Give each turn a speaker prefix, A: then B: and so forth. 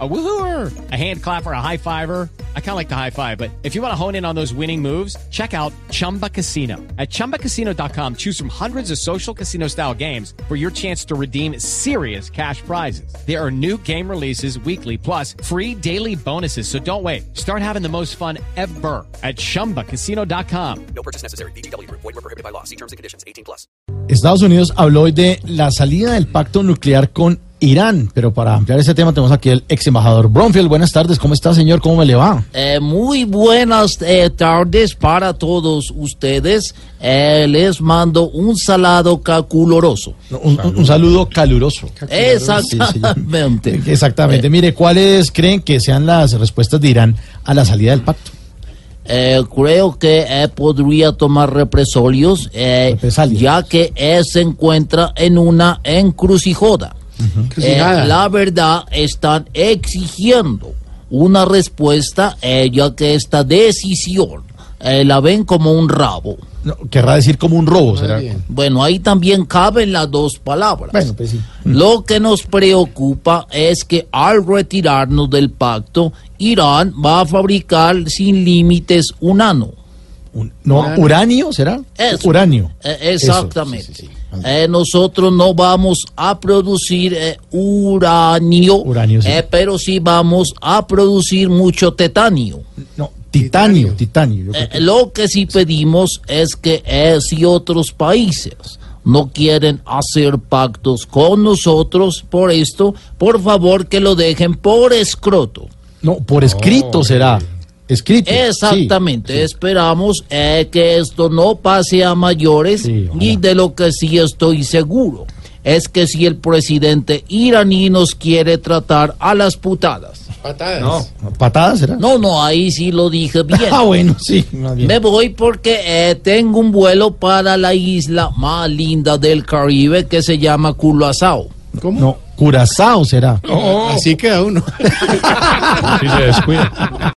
A: A woohooer, a hand clapper, a high fiver. I kind of like the high five, but if you want to hone in on those winning moves, check out Chumba Casino. At chumbacasino.com, choose from hundreds of social casino style games for your chance to redeem serious cash prizes. There are new game releases weekly, plus free daily bonuses. So don't wait. Start having the most fun ever at chumbacasino.com.
B: No purchase necessary. BGW. Void were prohibited by law. See terms and conditions. 18 plus.
C: Estados Unidos habló hoy de la salida del pacto nuclear con Irán, pero para ampliar ese tema tenemos aquí al ex embajador Bromfield. Buenas tardes, ¿cómo está señor? ¿Cómo me le va?
D: Eh, muy buenas eh, tardes para todos ustedes. Eh, les mando un salado caculoroso.
C: Un- Un, un saludo caluroso. Eh,
D: Exactamente.
C: Exactamente. Mire, ¿cuáles creen que sean las respuestas de Irán a la salida del pacto?
D: Eh, creo que eh, podría tomar represolios, eh,
C: Represalias.
D: ya que eh, se encuentra en una encrucijada. Eh, la verdad, están exigiendo una respuesta, eh, ya que esta decisión eh, la ven como un rabo.
C: No, querrá decir como un robo, será.
D: Bueno, ahí también caben las dos palabras.
C: Bueno, pues sí.
D: Lo que nos preocupa es que al retirarnos del pacto, Irán va a fabricar sin límites un ano.
C: Un- no, uranio, será.
D: Eso.
C: Uranio.
D: Eh,
C: Eso,
D: exactamente.
C: sí, sí, sí.
D: Eh, nosotros no vamos a producir eh, uranio,
C: Uranio, sí.
D: eh, pero sí vamos a producir mucho titanio.
C: No, titanio, titanio. yo creo que-
D: Eh, lo que sí pedimos es que eh, si otros países no quieren hacer pactos con nosotros por esto, por favor que lo dejen por escroto.
C: no, por escrito será. Escrito. sí.
D: Exactamente, esperamos eh, que esto no pase a mayores
C: Sí, ojalá.
D: y de lo que sí estoy seguro es que si el presidente iraní nos quiere tratar a las putadas.
C: ¿Patada será?
D: No, no, ahí sí lo dije bien.
C: Ah, bueno, sí. más bien.
D: Me voy porque eh, tengo un vuelo para la isla más linda del Caribe que se llama Curazao.
C: No, Curazao será.
E: Así queda uno.
F: Si se descuida.